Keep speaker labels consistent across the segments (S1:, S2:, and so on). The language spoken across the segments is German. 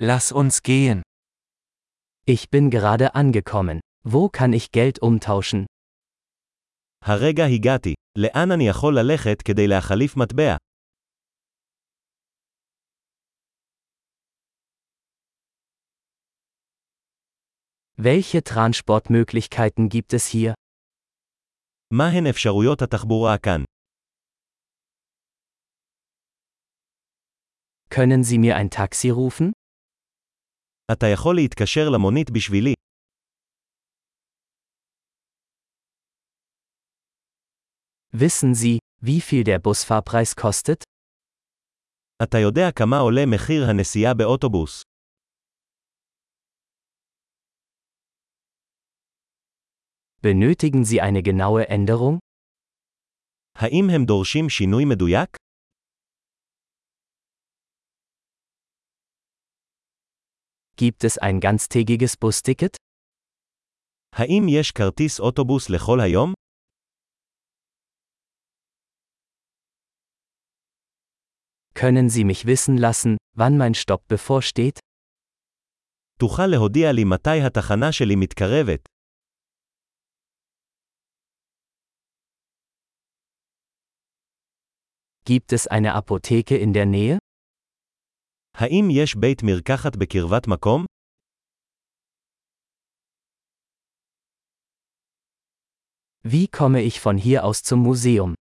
S1: Lass uns gehen.
S2: Ich bin gerade angekommen. Wo kann ich Geld umtauschen?
S3: הרגע הגעתי. לאן אני יכול ללכת כדי להחליף מטבע?
S2: Welche Transportmöglichkeiten gibt es hier?
S3: מהן אפשרויות התחבורה כאן?
S2: Können Sie mir ein Taxi rufen?
S3: אתה יכול להתקשר למונית בשבילי.
S2: Wissen Sie, wie viel der Busfahrpreis kostet?
S3: אתה יודע כמה עולה מחיר הנסיעה באוטובוס.
S2: Benötigen Sie eine genaue Änderung?
S3: האם הם דורשים שינוי מדויק?
S2: Gibt es ein ganztägiges Busticket?
S3: האם יש כרטיס אוטובוס לכל היום?
S2: Können Sie mich wissen lassen, wann mein Stopp bevorsteht?
S3: תוכל להודיע לי מתי התחנה שלי מתקרבת.
S2: Gibt es eine Apotheke in der Nähe?
S3: האם יש בית מרקחת בקרבת מקום?
S2: Wie komme ich von hier aus zum Museum?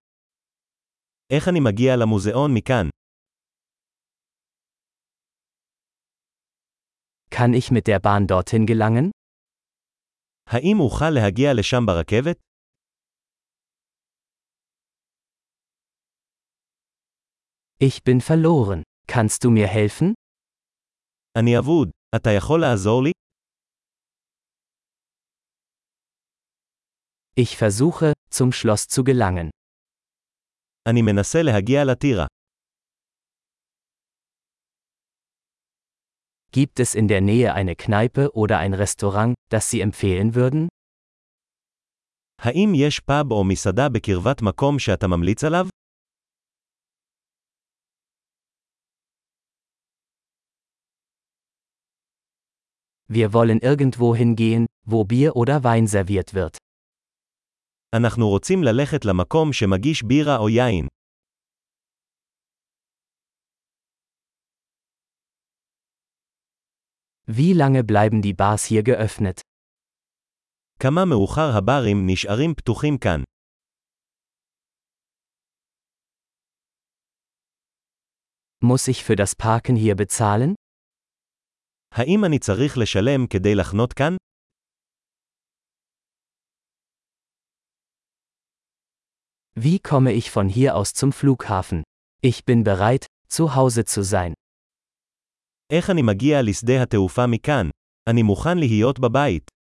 S3: איך אני מגיע למוזיאון מכאן?
S2: Kann ich mit der Bahn dorthin gelangen?
S3: האם אוכל להגיע לשם ברכבת?
S2: Ich bin verloren. Kannst du mir helfen?
S3: אני אבוד. אתה יכול לעזור לי?
S2: Ich versuche, zum Schloss zu gelangen.
S3: אני מנסה להגיע לטירה.
S2: Gibt es in der Nähe eine Kneipe oder ein Restaurant, das Sie empfehlen würden?
S3: האם יש פאב או מסעדה בקרבת מקום שאתה ממליץ עליו?
S2: Wir wollen irgendwo hingehen, wo Bier oder Wein serviert wird.
S3: אנחנו רוצים ללכת למקום שמגיש בירה או יין.
S2: Wie lange bleiben die Bars hier geöffnet?
S3: כמה מאוחר הברים נשארים פתוחים כאן.
S2: Muss ich für das Parken hier bezahlen?
S3: האם אני צריך לשלם כדי לחנות כאן?
S2: Wie komme ich von hier aus zum Flughafen? Ich bin bereit, zu Hause zu sein.
S3: איך אני מגיע לשדה התעופה מכאן? אני מוכן להיות בבית.